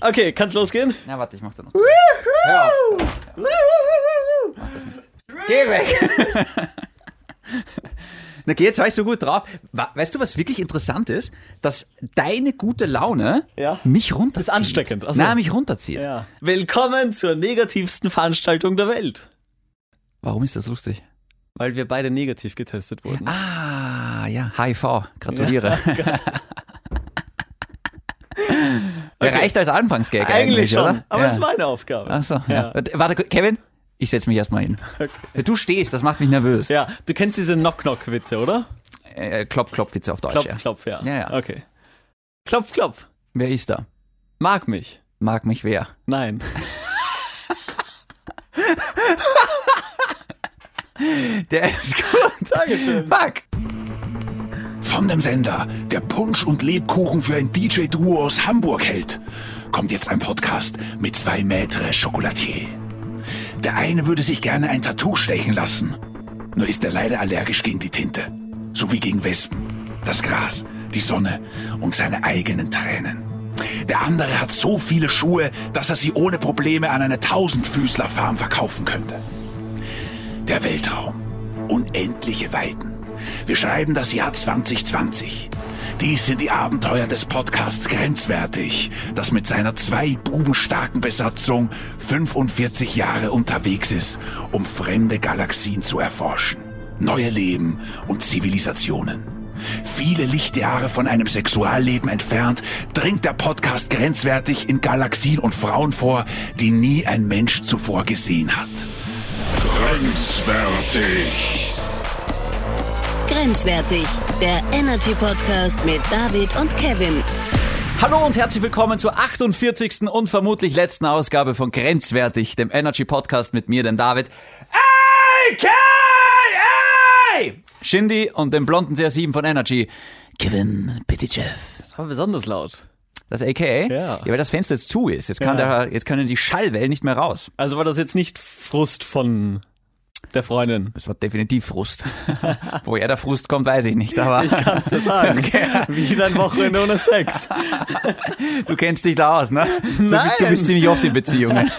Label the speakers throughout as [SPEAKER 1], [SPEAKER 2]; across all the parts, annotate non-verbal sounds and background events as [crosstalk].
[SPEAKER 1] Okay, kann's losgehen?
[SPEAKER 2] Na, warte, ich mach da noch. Zwei. Hör auf. Mach das nicht. Geh weg! [laughs] Na, geh, jetzt war ich so gut drauf. Wa- Weißt du, was wirklich interessant ist? Dass deine gute Laune
[SPEAKER 1] Ja.
[SPEAKER 2] mich runterzieht.
[SPEAKER 1] Ist ansteckend, ach so.
[SPEAKER 2] Nein, mich runterzieht.
[SPEAKER 1] Ja. Willkommen zur negativsten Veranstaltung der Welt.
[SPEAKER 2] Warum ist das lustig?
[SPEAKER 1] Weil wir beide negativ getestet wurden.
[SPEAKER 2] Ah, ja, HIV. Gratuliere. [laughs] Der
[SPEAKER 1] Okay.
[SPEAKER 2] reicht als Anfangsgag eigentlich,
[SPEAKER 1] schon,
[SPEAKER 2] oder?
[SPEAKER 1] aber
[SPEAKER 2] ja.
[SPEAKER 1] es ist meine Aufgabe.
[SPEAKER 2] Ach so, ja. Warte, Kevin, ich setze mich erstmal hin. Du stehst, das macht mich nervös.
[SPEAKER 1] Ja, du kennst diese Knock-Knock-Witze, oder?
[SPEAKER 2] Äh, klopf, klopf, Witze auf Deutsch.
[SPEAKER 1] Klopf,
[SPEAKER 2] ja.
[SPEAKER 1] klopf, ja.
[SPEAKER 2] Ja, ja.
[SPEAKER 1] Okay. Klopf, klopf.
[SPEAKER 2] Wer ist da?
[SPEAKER 1] Mag mich.
[SPEAKER 2] Mag mich wer?
[SPEAKER 1] [laughs] Nein.
[SPEAKER 2] Der [laughs] ist gut.
[SPEAKER 1] Dankeschön.
[SPEAKER 2] Mag.
[SPEAKER 3] Von dem Sender, der Punsch und Lebkuchen für ein DJ-Duo aus Hamburg hält, kommt jetzt ein Podcast mit zwei Maître Chocolatier. Der eine würde sich gerne ein Tattoo stechen lassen, nur ist er leider allergisch gegen die Tinte, sowie gegen Wespen, das Gras, die Sonne und seine eigenen Tränen. Der andere hat so viele Schuhe, dass er sie ohne Probleme an eine Tausendfüßlerfarm verkaufen könnte. Der Weltraum. Unendliche Weiten. Wir schreiben das Jahr 2020. Dies sind die Abenteuer des Podcasts Grenzwertig, das mit seiner zwei Buben starken Besatzung 45 Jahre unterwegs ist, um fremde Galaxien zu erforschen, neue Leben und Zivilisationen. Viele Lichtjahre von einem Sexualleben entfernt, dringt der Podcast grenzwertig in Galaxien und Frauen vor, die nie ein Mensch zuvor gesehen hat. Grenzwertig.
[SPEAKER 4] Grenzwertig, der Energy Podcast mit David und Kevin.
[SPEAKER 2] Hallo und herzlich willkommen zur 48. und vermutlich letzten Ausgabe von Grenzwertig, dem Energy Podcast mit mir, dem David. AKA! Shindy und dem blonden CR7 von Energy. Kevin Pitychev.
[SPEAKER 1] Das war besonders laut.
[SPEAKER 2] Das AKA?
[SPEAKER 1] Ja.
[SPEAKER 2] weil das Fenster jetzt zu ist. Jetzt, kann
[SPEAKER 1] Ja.
[SPEAKER 2] der, jetzt können die Schallwellen nicht mehr raus.
[SPEAKER 1] Also war das jetzt nicht Frust von der [laughs] Freundin.
[SPEAKER 2] Das war definitiv Frust. Woher der Frust kommt, weiß ich nicht, aber
[SPEAKER 1] Kannst du sagen? Wieder ein Wochenende ohne Sex.
[SPEAKER 2] du kennst dich da aus, ne?
[SPEAKER 1] Nein.
[SPEAKER 2] Du, du bist ziemlich oft in Beziehungen.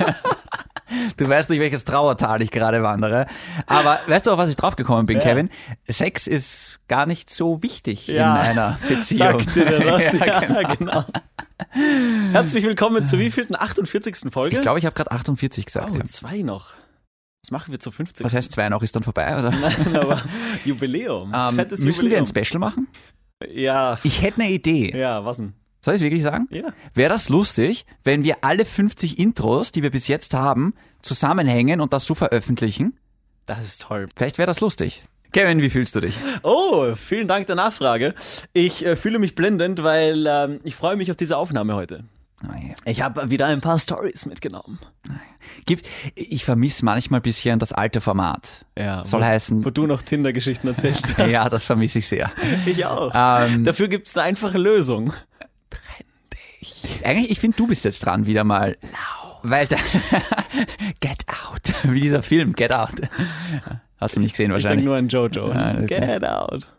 [SPEAKER 2] Du weißt nicht, welches Trauertal ich gerade wandere. Aber weißt du, auf was ich draufgekommen bin, Kevin? Sex ist gar nicht so wichtig
[SPEAKER 1] Ja.
[SPEAKER 2] in einer Beziehung.
[SPEAKER 1] [laughs] Sagt sie dir
[SPEAKER 2] [laughs]
[SPEAKER 1] das?
[SPEAKER 2] Ja,
[SPEAKER 1] ja,
[SPEAKER 2] genau.
[SPEAKER 1] genau. Herzlich willkommen zur wievielten? 48. Folge?
[SPEAKER 2] Ich glaube, ich habe gerade 48 gesagt.
[SPEAKER 1] Oh,
[SPEAKER 2] ja.
[SPEAKER 1] zwei noch. Was machen wir zur 50. [laughs]
[SPEAKER 2] Was heißt, zwei noch ist dann vorbei, oder?
[SPEAKER 1] aber Jubiläum.
[SPEAKER 2] Ähm,
[SPEAKER 1] Fettes
[SPEAKER 2] müssen wir ein
[SPEAKER 1] Jubiläum.
[SPEAKER 2] Special machen?
[SPEAKER 1] Ja,
[SPEAKER 2] Ich hätte eine Idee.
[SPEAKER 1] ja, was denn?
[SPEAKER 2] Soll ich es wirklich sagen?
[SPEAKER 1] Ja.
[SPEAKER 2] Wäre das lustig, wenn wir alle 50 Intros, die wir bis jetzt haben, zusammenhängen und das so veröffentlichen?
[SPEAKER 1] Das ist toll.
[SPEAKER 2] Vielleicht wäre das lustig. Kevin, wie fühlst du dich?
[SPEAKER 1] Oh, vielen Dank der Nachfrage. Ich äh, fühle mich blendend, weil ähm, ich freue mich auf diese Aufnahme heute. Ich habe wieder ein paar Stories mitgenommen.
[SPEAKER 2] Gibt, ich vermisse manchmal ein bisschen das alte Format.
[SPEAKER 1] Ja,
[SPEAKER 2] Soll
[SPEAKER 1] wo,
[SPEAKER 2] heißen-
[SPEAKER 1] Wo du noch Tinder-Geschichten erzählst.
[SPEAKER 2] [laughs] Ja, das vermisse ich sehr.
[SPEAKER 1] ich auch.
[SPEAKER 2] Ähm,
[SPEAKER 1] Dafür gibt es eine einfache Lösung.
[SPEAKER 2] eigentlich, ich finde, du bist jetzt dran wieder mal. Weil da, [laughs] Get Out, wie dieser Film, Get Out. Hast du nicht gesehen
[SPEAKER 1] Ich denke
[SPEAKER 2] wahrscheinlich.
[SPEAKER 1] nur an Jojo.
[SPEAKER 2] Ja, das-
[SPEAKER 1] get out.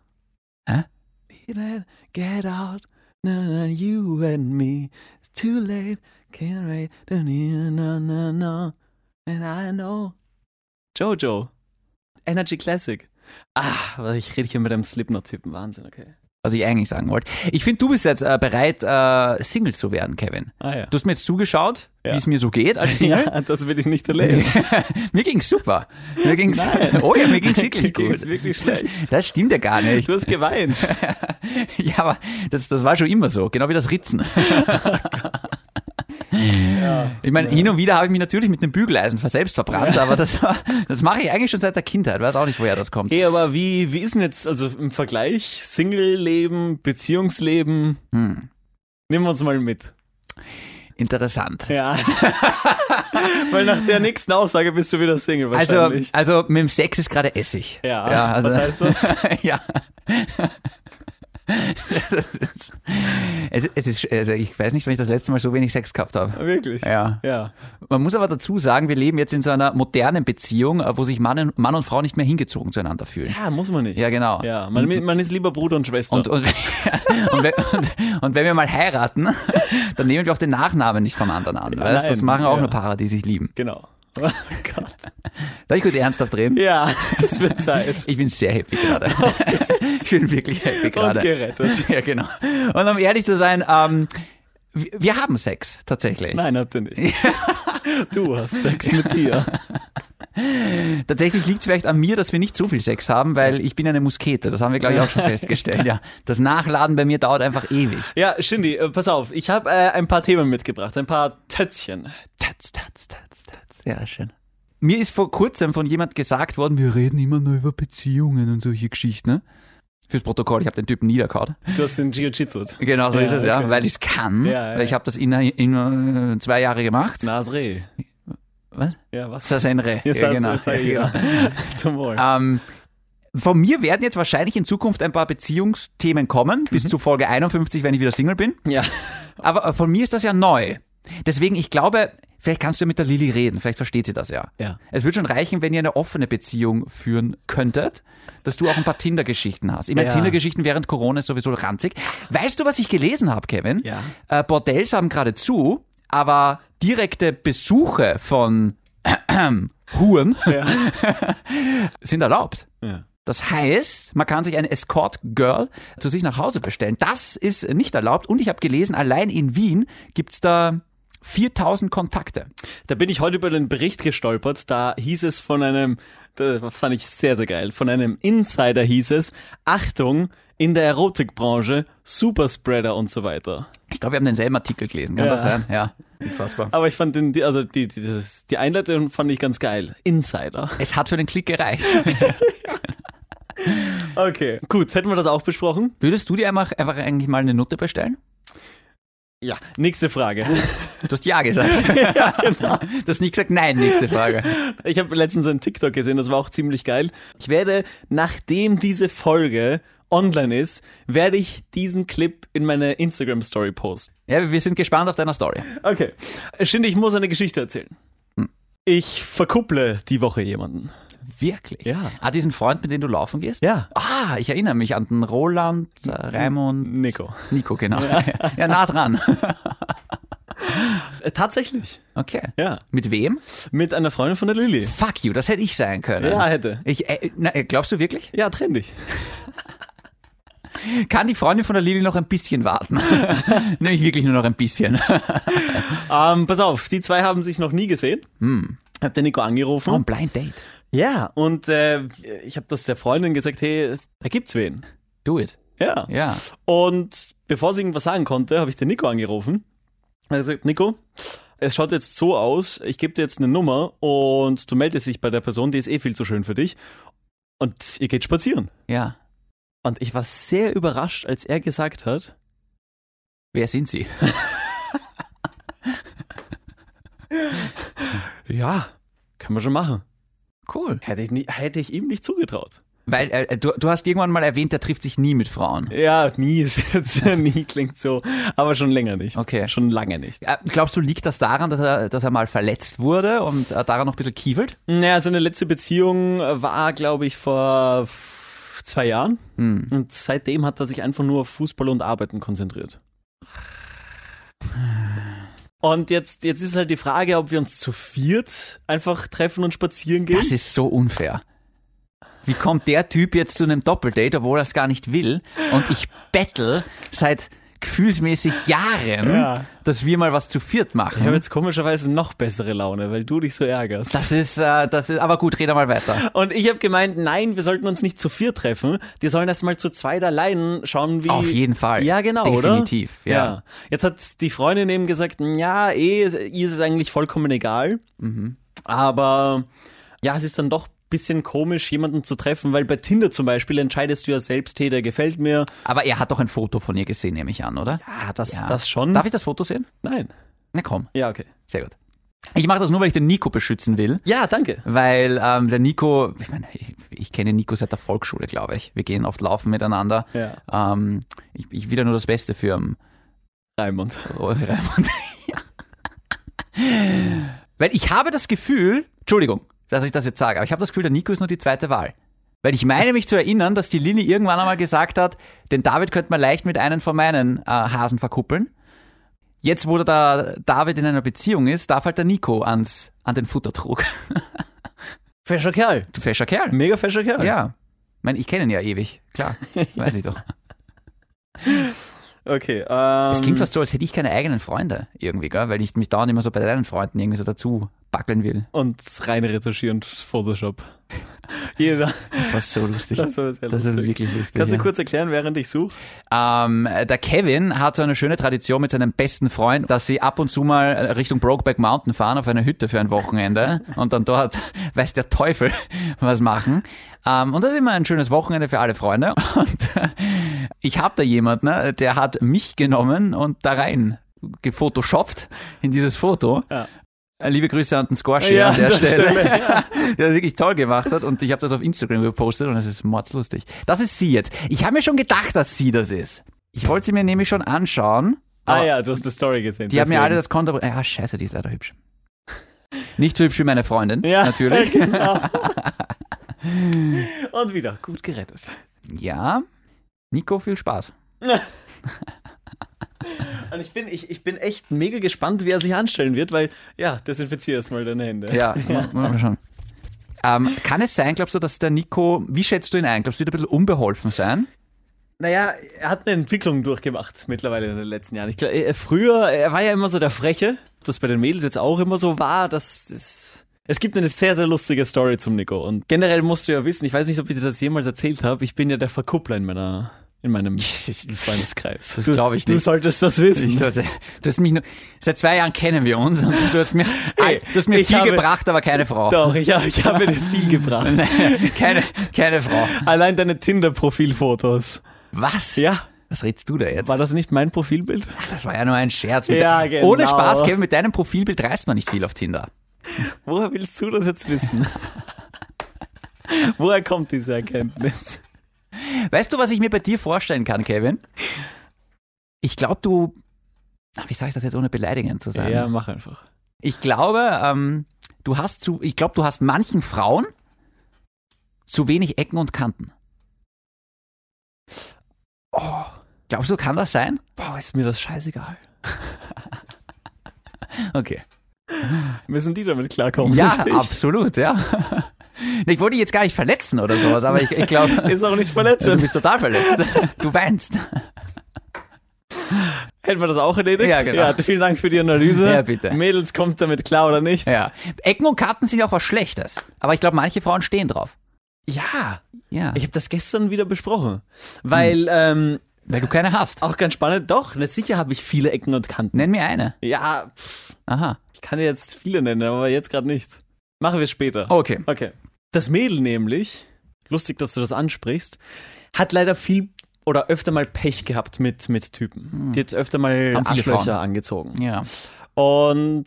[SPEAKER 2] Hä?
[SPEAKER 1] Need it, Get out. Na, na, you and me. It's too late. Can't wait. Na, na, na, na. And I know. Jojo. Energy Classic. Ah, aber ich rede hier mit einem Slipknot-Typen. Wahnsinn, okay.
[SPEAKER 2] was ich eigentlich sagen wollte. Ich finde, du bist jetzt äh, bereit, äh, Single zu werden, Kevin.
[SPEAKER 1] Ah ja.
[SPEAKER 2] Du hast mir jetzt zugeschaut,
[SPEAKER 1] Ja.
[SPEAKER 2] wie es mir so geht als
[SPEAKER 1] [laughs]
[SPEAKER 2] Single.
[SPEAKER 1] ja, das will ich nicht erleben.
[SPEAKER 2] mir ging's super. Mir ging's,
[SPEAKER 1] Nein.
[SPEAKER 2] oh [laughs] ja, mir
[SPEAKER 1] [laughs]
[SPEAKER 2] ging's
[SPEAKER 1] Dir
[SPEAKER 2] wirklich gut.
[SPEAKER 1] ging's wirklich schlecht.
[SPEAKER 2] Das stimmt ja gar nicht.
[SPEAKER 1] Du hast geweint.
[SPEAKER 2] [laughs] Ja, aber das, das war schon immer so, genau wie das Ritzen. Ich meine, hin und wieder habe ich mich natürlich mit einem Bügeleisen selbst verbrannt, aber das, war- das mache ich eigentlich schon seit der Kindheit. Weiß auch nicht, woher das kommt.
[SPEAKER 1] Hey, aber wie, wie ist denn jetzt, also im Vergleich, Single-Leben, Beziehungsleben?
[SPEAKER 2] Hm.
[SPEAKER 1] Nehmen wir uns mal mit.
[SPEAKER 2] Interessant.
[SPEAKER 1] Ja. [laughs] Weil nach der nächsten Aussage bist du wieder Single
[SPEAKER 2] Also,
[SPEAKER 1] wahrscheinlich.
[SPEAKER 2] also mit dem Sex ist gerade Essig. [laughs]
[SPEAKER 1] ja,
[SPEAKER 2] also,
[SPEAKER 1] was heißt das?
[SPEAKER 2] ja. es, es ist, also ich weiß nicht, wann ich das letzte Mal so wenig Sex gehabt habe.
[SPEAKER 1] Wirklich?
[SPEAKER 2] Ja.
[SPEAKER 1] Ja.
[SPEAKER 2] Man muss aber dazu sagen, wir leben jetzt in so einer modernen Beziehung, äh, wo sich Mann und, Mann und Frau nicht mehr hingezogen zueinander fühlen.
[SPEAKER 1] Ja, muss man nicht.
[SPEAKER 2] Ja, genau.
[SPEAKER 1] Ja, man, man ist lieber Bruder und Schwester.
[SPEAKER 2] Und, [laughs] und, und, wenn, und, und wenn wir mal heiraten, [laughs] dann nehmen wir auch den Nachnamen nicht vom anderen an. Weißt? Das
[SPEAKER 1] Nein,
[SPEAKER 2] machen auch
[SPEAKER 1] ja.
[SPEAKER 2] nur Paare, die sich lieben.
[SPEAKER 1] genau. [laughs] Oh Gott.
[SPEAKER 2] Darf ich kurz ernsthaft reden?
[SPEAKER 1] Ja, es wird
[SPEAKER 2] [laughs]
[SPEAKER 1] Zeit.
[SPEAKER 2] Ich bin sehr
[SPEAKER 1] [laughs]
[SPEAKER 2] happy gerade. [laughs] Ich bin wirklich happy gerade.
[SPEAKER 1] gerettet.
[SPEAKER 2] [laughs] Ja, genau. Und um ehrlich zu sein, ähm, wir- wir haben Sex tatsächlich.
[SPEAKER 1] Nein, habt ihr nicht. Du hast Sex mit
[SPEAKER 2] [laughs]
[SPEAKER 1] dir.
[SPEAKER 2] Tatsächlich liegt es vielleicht an mir, dass wir nicht so viel Sex haben, weil ich bin eine Muskete. Das haben wir, glaube ich,
[SPEAKER 1] [laughs]
[SPEAKER 2] auch schon festgestellt. Ja, das Nachladen bei mir dauert einfach ewig.
[SPEAKER 1] Ja, Shindy, äh, pass auf. Ich habe äh, ein paar Themen mitgebracht, ein paar Tötzchen.
[SPEAKER 2] Tatz, tatz, tatz, tatz. Sehr schön. Mir ist vor kurzem von jemand gesagt worden, wir reden immer nur über Beziehungen und solche Geschichten. Ne? Fürs Protokoll, ich habe den Typen niedergehauen.
[SPEAKER 1] Du hast den Jiu-Jitsu.
[SPEAKER 2] Genau so
[SPEAKER 1] Ja,
[SPEAKER 2] ist es, ja,
[SPEAKER 1] okay.
[SPEAKER 2] weil ich es kann.
[SPEAKER 1] Ja, ja,
[SPEAKER 2] weil ich habe das in, in äh, zwei Jahre gemacht.
[SPEAKER 1] Nasre.
[SPEAKER 2] Was?
[SPEAKER 1] Ja, was?
[SPEAKER 2] Das ist ein Re.
[SPEAKER 1] Jetzt
[SPEAKER 2] ja,
[SPEAKER 1] hast-
[SPEAKER 2] genau.
[SPEAKER 1] jetzt sag ich
[SPEAKER 2] Ja,
[SPEAKER 1] ja.
[SPEAKER 2] genau.
[SPEAKER 1] Zum Wohl.
[SPEAKER 2] Ähm, von mir werden jetzt wahrscheinlich in Zukunft ein paar Beziehungsthemen kommen,
[SPEAKER 1] Mhm.
[SPEAKER 2] bis zu Folge 51, wenn ich wieder Single bin.
[SPEAKER 1] Ja.
[SPEAKER 2] Aber äh, von mir ist das ja neu. Deswegen, ich glaube, vielleicht kannst du mit der Lilly reden, vielleicht versteht sie das ja.
[SPEAKER 1] Ja.
[SPEAKER 2] Es würde schon reichen, wenn ihr eine offene Beziehung führen könntet, dass du auch ein paar Tinder-Geschichten hast. Ich meine,
[SPEAKER 1] Ja.
[SPEAKER 2] Tinder-Geschichten während Corona ist sowieso ranzig. Weißt du, was ich gelesen habe, Kevin?
[SPEAKER 1] Ja.
[SPEAKER 2] Äh, Bordells haben gerade zu, aber direkte Besuche von [clears throat] Huren [laughs] sind erlaubt.
[SPEAKER 1] ja.
[SPEAKER 2] Das heißt, man kann sich eine Escort-Girl zu sich nach Hause bestellen. Das ist nicht erlaubt. Und ich habe gelesen, allein in Wien gibt's da 4000 Kontakte.
[SPEAKER 1] Da bin ich heute über den Bericht gestolpert. Da hieß es von einem, das fand ich sehr, sehr geil, von einem Insider hieß es, Achtung, in der Erotikbranche, Superspreader und so weiter.
[SPEAKER 2] Ich glaube, wir haben denselben Artikel gelesen. Kann
[SPEAKER 1] Ja.
[SPEAKER 2] das sein? Ja. Unfassbar.
[SPEAKER 1] Aber ich fand den, die- also die, die, das- die Einleitung fand ich ganz geil. Insider.
[SPEAKER 2] Es hat für den Klick gereicht.
[SPEAKER 1] Okay. Gut, hätten wir das auch besprochen?
[SPEAKER 2] Würdest du dir einfach, einfach eigentlich mal eine Nutte bestellen?
[SPEAKER 1] Ja. Nächste Frage.
[SPEAKER 2] Du hast ja gesagt. Du hast nicht gesagt nein, nächste Frage.
[SPEAKER 1] Ich habe letztens einen TikTok gesehen, das war auch ziemlich geil. Ich werde, nachdem diese Folge online ist, werde ich diesen Clip in meine Instagram-Story posten.
[SPEAKER 2] Ja, wir sind gespannt auf deiner Story.
[SPEAKER 1] Okay. Schindy, ich muss eine Geschichte erzählen. Ich verkupple die Woche jemanden.
[SPEAKER 2] Wirklich?
[SPEAKER 1] Ja.
[SPEAKER 2] Ah, diesen Freund, mit dem du laufen gehst?
[SPEAKER 1] Ja.
[SPEAKER 2] Ah, ich erinnere mich an den Roland, äh, Raimund.
[SPEAKER 1] Nico.
[SPEAKER 2] Nico, genau. [laughs] Ja, nah dran.
[SPEAKER 1] Äh, tatsächlich.
[SPEAKER 2] Okay.
[SPEAKER 1] Ja.
[SPEAKER 2] Mit wem?
[SPEAKER 1] Mit einer Freundin von der Lilly.
[SPEAKER 2] Fuck you, das hätte ich sein können.
[SPEAKER 1] Ja, hätte.
[SPEAKER 2] Ich, äh, na, äh, glaubst du wirklich?
[SPEAKER 1] Ja, trenn dich.
[SPEAKER 2] Kann die Freundin von der Lili noch ein bisschen warten? [laughs] Nämlich wirklich nur noch ein bisschen. [laughs]
[SPEAKER 1] Ähm, pass auf, die zwei haben sich noch nie gesehen. Hm. Hab den Nico angerufen.
[SPEAKER 2] Oh, ein Blind Date.
[SPEAKER 1] Ja, und äh, ich habe das der Freundin gesagt, hey, da gibt's wen.
[SPEAKER 2] Do it.
[SPEAKER 1] Ja.
[SPEAKER 2] Ja.
[SPEAKER 1] Und bevor sie irgendwas sagen konnte, habe ich den Nico angerufen. Er hat gesagt, Nico, es schaut jetzt so aus, ich gebe dir jetzt eine Nummer und du meldest dich bei der Person, die ist eh viel zu schön für dich. Und ihr geht spazieren.
[SPEAKER 2] Ja.
[SPEAKER 1] Und ich war sehr überrascht, als er gesagt hat,
[SPEAKER 2] Wer sind sie?
[SPEAKER 1] ja, können wir schon machen.
[SPEAKER 2] Cool.
[SPEAKER 1] Hätte ich, nie, hätte ich ihm nicht zugetraut.
[SPEAKER 2] Weil äh, du, du hast irgendwann mal erwähnt, der trifft sich nie mit Frauen.
[SPEAKER 1] Ja, nie ist jetzt, [laughs] nie klingt so, aber schon länger nicht.
[SPEAKER 2] Okay.
[SPEAKER 1] Schon lange nicht.
[SPEAKER 2] Äh, glaubst du, liegt das daran, dass er, dass er mal verletzt wurde und äh, daran noch ein bisschen kievelt?
[SPEAKER 1] Naja, seine letzte Beziehung äh, war, glaube ich, vor zwei Jahren.
[SPEAKER 2] Hm.
[SPEAKER 1] Und seitdem hat er sich einfach nur auf Fußball und Arbeiten konzentriert. Und jetzt, jetzt ist halt die Frage, ob wir uns zu viert einfach treffen und spazieren gehen.
[SPEAKER 2] Das ist so unfair. Wie kommt der Typ jetzt zu einem Doppeldate, obwohl er es gar nicht will? Und ich bettel seit gefühlsmäßig Jahren,
[SPEAKER 1] Ja.
[SPEAKER 2] dass wir mal was zu viert
[SPEAKER 1] ich habe
[SPEAKER 2] machen.
[SPEAKER 1] jetzt komischerweise noch bessere Laune, weil du dich so ärgerst.
[SPEAKER 2] Das ist, äh, das ist, aber gut, rede mal weiter.
[SPEAKER 1] und ich habe gemeint, nein, wir sollten uns nicht zu viert treffen. Die sollen erst mal zu zweit allein schauen, wie.
[SPEAKER 2] Auf jeden Fall.
[SPEAKER 1] Ja, genau, oder?
[SPEAKER 2] Definitiv, ja.
[SPEAKER 1] Jetzt hat die Freundin eben gesagt, ja, eh, ihr ist es eigentlich vollkommen egal.
[SPEAKER 2] Mhm.
[SPEAKER 1] Aber ja, es ist dann doch ein bisschen komisch, jemanden zu treffen, weil bei Tinder zum Beispiel entscheidest du ja selbst, hey, der gefällt mir.
[SPEAKER 2] Aber er hat doch ein Foto von ihr gesehen, nehme ich an, oder?
[SPEAKER 1] Ah, das,
[SPEAKER 2] Ja.
[SPEAKER 1] das schon.
[SPEAKER 2] Darf ich das Foto sehen?
[SPEAKER 1] Nein.
[SPEAKER 2] Na komm,
[SPEAKER 1] Ja, okay.
[SPEAKER 2] sehr gut. Ich mache das nur, weil ich den Nico beschützen will.
[SPEAKER 1] Ja, danke.
[SPEAKER 2] Weil ähm, der Nico, ich meine, ich, ich kenne Nico seit der Volksschule, glaube ich. Wir gehen oft laufen miteinander.
[SPEAKER 1] Ja.
[SPEAKER 2] Ähm, ich, ich wieder nur das Beste für ihn.
[SPEAKER 1] Raimund.
[SPEAKER 2] Oh, Raimund. Ja. [laughs] Weil ich habe das Gefühl, Entschuldigung, dass ich das jetzt sage, aber ich habe das Gefühl, der Nico ist nur die zweite Wahl. Weil ich meine mich zu erinnern, dass die Lini irgendwann einmal gesagt hat, den David könnte man leicht mit einem von meinen äh, Hasen verkuppeln. Jetzt, wo der David in einer Beziehung ist, darf halt der Nico ans, an den Futtertrog. [laughs]
[SPEAKER 1] Fescher Kerl.
[SPEAKER 2] Du fescher Kerl.
[SPEAKER 1] Mega fescher Kerl.
[SPEAKER 2] Ja. Ich meine, ich kenne ihn ja ewig. Klar. Weiß ich doch.
[SPEAKER 1] Okay. Ähm,
[SPEAKER 2] Es klingt fast so, als hätte ich keine eigenen Freunde irgendwie, gell? weil ich mich dauernd immer so bei deinen Freunden irgendwie so dazu backeln will.
[SPEAKER 1] Und rein retuschierend Photoshop. Jeder.
[SPEAKER 2] Das war so lustig.
[SPEAKER 1] Das war sehr
[SPEAKER 2] Das ist
[SPEAKER 1] lustig.
[SPEAKER 2] wirklich lustig.
[SPEAKER 1] Kannst du
[SPEAKER 2] ja.
[SPEAKER 1] kurz erklären, während ich suche?
[SPEAKER 2] ähm, der Kevin hat so eine schöne Tradition mit seinem besten Freund, dass sie ab und zu mal äh, Richtung Brokeback Mountain fahren auf eine Hütte für ein Wochenende und dann dort [laughs] weiß der Teufel was machen. Ähm, und das ist immer ein schönes Wochenende für alle Freunde. [laughs] Und äh, ich habe da jemanden, ne, der hat mich genommen und da rein gefotoshoppt in dieses Foto.
[SPEAKER 1] Ja.
[SPEAKER 2] Äh, Liebe Grüße an den Squashi
[SPEAKER 1] Ja,
[SPEAKER 2] an der
[SPEAKER 1] an der
[SPEAKER 2] Stelle,
[SPEAKER 1] Stelle,
[SPEAKER 2] [laughs] der das wirklich toll gemacht hat und ich habe das auf Instagram gepostet und es ist mordslustig. Das ist sie jetzt. Ich habe mir schon gedacht, dass sie das ist. Ich wollte sie mir nämlich schon anschauen.
[SPEAKER 1] Ah
[SPEAKER 2] aber
[SPEAKER 1] ja, du hast eine Story gesehen.
[SPEAKER 2] Die haben mir
[SPEAKER 1] deswegen.
[SPEAKER 2] alle das Konto. Ah, scheiße, die ist leider hübsch. Nicht so hübsch wie meine Freundin,
[SPEAKER 1] Ja,
[SPEAKER 2] [laughs] natürlich.
[SPEAKER 1] [laughs] genau. Und wieder. Gut gerettet.
[SPEAKER 2] Ja. Nico, viel Spaß.
[SPEAKER 1] Und ich bin, ich, ich bin echt mega gespannt, wie er sich anstellen wird, weil, ja, desinfizier erstmal deine Hände.
[SPEAKER 2] Ja, machen wir schon. Ähm, kann es sein, glaubst du, dass der Nico, wie schätzt du ihn ein? Glaubst du, wird er ein bisschen unbeholfen sein?
[SPEAKER 1] Naja, er hat eine Entwicklung durchgemacht mittlerweile in den letzten Jahren. Ich glaub, er- früher, er war ja immer so der Freche, das bei den Mädels jetzt auch immer so war, dass es. Es gibt eine sehr, sehr lustige Story zum Nico. Und generell musst du ja wissen, ich weiß nicht, ob ich dir das jemals erzählt habe, ich bin ja der Verkuppler in meiner. In
[SPEAKER 2] [laughs]
[SPEAKER 1] meinem Freundeskreis. Das
[SPEAKER 2] glaub ich
[SPEAKER 1] Du
[SPEAKER 2] nicht.
[SPEAKER 1] solltest das wissen.
[SPEAKER 2] Ich sollte, du hast mich nur, seit zwei Jahren kennen wir uns und du hast
[SPEAKER 1] [laughs]
[SPEAKER 2] mir,
[SPEAKER 1] Ey,
[SPEAKER 2] du hast mir
[SPEAKER 1] ich
[SPEAKER 2] viel
[SPEAKER 1] habe-
[SPEAKER 2] gebracht, aber keine Frau.
[SPEAKER 1] Doch, ich habe ich hab dir viel gebracht.
[SPEAKER 2] [laughs] keine, keine Frau.
[SPEAKER 1] Allein deine Tinder-Profilfotos.
[SPEAKER 2] Was?
[SPEAKER 1] Ja,
[SPEAKER 2] Was redest du da jetzt? Ah,
[SPEAKER 1] war das nicht mein Profilbild?
[SPEAKER 2] Das war ja nur ein Scherz. Mit
[SPEAKER 1] Ja,
[SPEAKER 2] de-
[SPEAKER 1] genau.
[SPEAKER 2] Ohne Spaß, Kevin, mit deinem Profilbild reißt man nicht viel auf Tinder.
[SPEAKER 1] Woher willst du das jetzt wissen? [laughs] Woher kommt diese Erkenntnis?
[SPEAKER 2] Weißt du, was ich mir bei dir vorstellen kann, Kevin? Ich glaube, du, Ach, wie sage ich das jetzt, ohne beleidigend zu sein?
[SPEAKER 1] Ja, mach einfach.
[SPEAKER 2] Ich glaube, ähm, du hast zu, ich glaube, du hast manchen Frauen zu wenig Ecken und Kanten. Oh, glaubst du, kann das sein?
[SPEAKER 1] Boah, ist mir das scheißegal.
[SPEAKER 2] [laughs] Okay.
[SPEAKER 1] Müssen die damit klarkommen?
[SPEAKER 2] Ja,
[SPEAKER 1] richtig?
[SPEAKER 2] absolut, ja. [laughs] Nee, Ich wollte dich jetzt gar nicht verletzen oder sowas, aber ich, ich glaube,
[SPEAKER 1] [laughs] Ist auch nicht
[SPEAKER 2] du
[SPEAKER 1] verletzend.
[SPEAKER 2] bist total verletzt. [laughs] Du weinst.
[SPEAKER 1] Hätten wir das auch erledigt?
[SPEAKER 2] Ja, genau.
[SPEAKER 1] vielen Dank für die Analyse.
[SPEAKER 2] Ja, bitte.
[SPEAKER 1] Mädels, kommt damit klar oder nicht?
[SPEAKER 2] Ja. Ecken und Karten sind ja auch was Schlechtes. Aber ich glaube, manche Frauen stehen drauf.
[SPEAKER 1] Ja,
[SPEAKER 2] Ja.
[SPEAKER 1] ich habe das gestern wieder besprochen. Weil, ähm,
[SPEAKER 2] Weil du keine hast.
[SPEAKER 1] auch ganz spannend, doch, na, sicher habe ich viele Ecken und Kanten.
[SPEAKER 2] Nenn mir eine.
[SPEAKER 1] Ja, pff,
[SPEAKER 2] Aha.
[SPEAKER 1] Ich kann dir jetzt viele nennen, aber jetzt gerade nicht. Machen wir später.
[SPEAKER 2] Okay.
[SPEAKER 1] Okay. Das Mädel nämlich, lustig, dass du das ansprichst, hat leider viel oder öfter mal Pech gehabt mit, mit Typen. Die hat öfter mal
[SPEAKER 2] Hm. Haben viele Frauen.
[SPEAKER 1] Arschlöcher angezogen.
[SPEAKER 2] Ja.
[SPEAKER 1] Und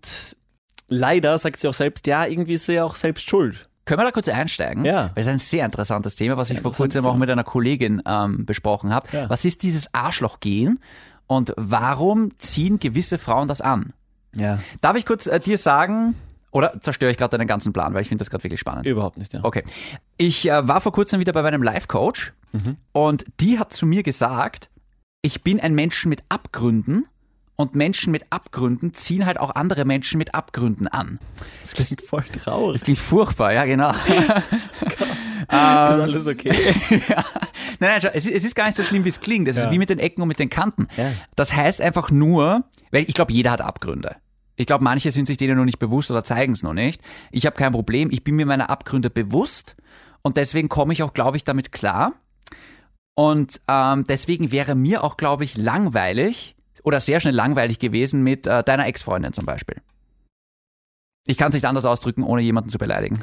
[SPEAKER 1] leider sagt sie auch selbst, ja, irgendwie ist sie ja auch selbst schuld.
[SPEAKER 2] Können wir da kurz einsteigen?
[SPEAKER 1] Ja.
[SPEAKER 2] Weil es ist ein sehr interessantes Thema, was
[SPEAKER 1] Sehr
[SPEAKER 2] ich vor
[SPEAKER 1] interessantes
[SPEAKER 2] kurzem auch
[SPEAKER 1] Thema.
[SPEAKER 2] mit einer Kollegin ähm, besprochen habe.
[SPEAKER 1] Ja.
[SPEAKER 2] Was ist dieses Arschlochgehen und warum ziehen gewisse Frauen das an?
[SPEAKER 1] Ja.
[SPEAKER 2] Darf ich kurz äh, dir sagen, oder zerstöre ich gerade deinen ganzen Plan, weil ich finde das gerade wirklich spannend.
[SPEAKER 1] Überhaupt nicht, ja.
[SPEAKER 2] Okay. Ich äh, war vor kurzem wieder bei meinem Life-Coach
[SPEAKER 1] Mhm.
[SPEAKER 2] und die hat zu mir gesagt, ich bin ein Mensch mit Abgründen und Menschen mit Abgründen ziehen halt auch andere Menschen mit Abgründen an.
[SPEAKER 1] Das klingt voll traurig.
[SPEAKER 2] Das klingt furchtbar, ja genau.
[SPEAKER 1] ist alles okay?
[SPEAKER 2] Nein, nein, schau, es, ist- es ist gar nicht so schlimm, wie es klingt. Es ist
[SPEAKER 1] Ja.
[SPEAKER 2] wie mit den Ecken und mit den Kanten.
[SPEAKER 1] Ja.
[SPEAKER 2] Das heißt einfach nur, weil ich glaube, jeder hat Abgründe. Ich glaube, manche sind sich denen noch nicht bewusst oder zeigen es noch nicht. Ich habe kein Problem. Ich bin mir meiner Abgründe bewusst und deswegen komme ich auch, glaube ich, damit klar. Und ähm, deswegen wäre mir auch, glaube ich, langweilig oder sehr schnell langweilig gewesen mit äh, deiner Ex-Freundin zum Beispiel. Ich kann es nicht anders ausdrücken, ohne jemanden zu beleidigen.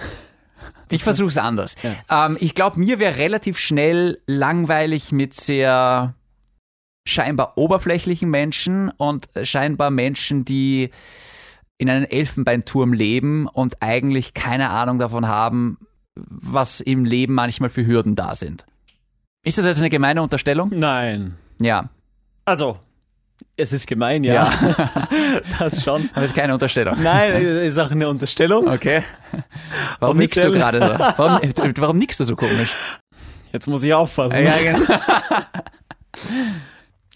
[SPEAKER 2] Ich versuche es anders. Ähm, ich glaube, mir wäre relativ schnell langweilig mit sehr scheinbar oberflächlichen Menschen und scheinbar Menschen, die in einem Elfenbeinturm leben und eigentlich keine Ahnung davon haben, was im Leben manchmal für Hürden da sind. Ist das jetzt eine gemeine Unterstellung?
[SPEAKER 1] [laughs] Nein.
[SPEAKER 2] Ja.
[SPEAKER 1] Also, es ist gemein, ja. [laughs] das schon.
[SPEAKER 2] Aber es ist keine Unterstellung.
[SPEAKER 1] Nein, ist auch eine Unterstellung.
[SPEAKER 2] Okay. Warum nickst du
[SPEAKER 1] Offiziell.
[SPEAKER 2] gerade so? Warum, äh, warum nickst du so komisch?
[SPEAKER 1] Jetzt muss ich aufpassen.
[SPEAKER 2] genau.
[SPEAKER 1] [laughs]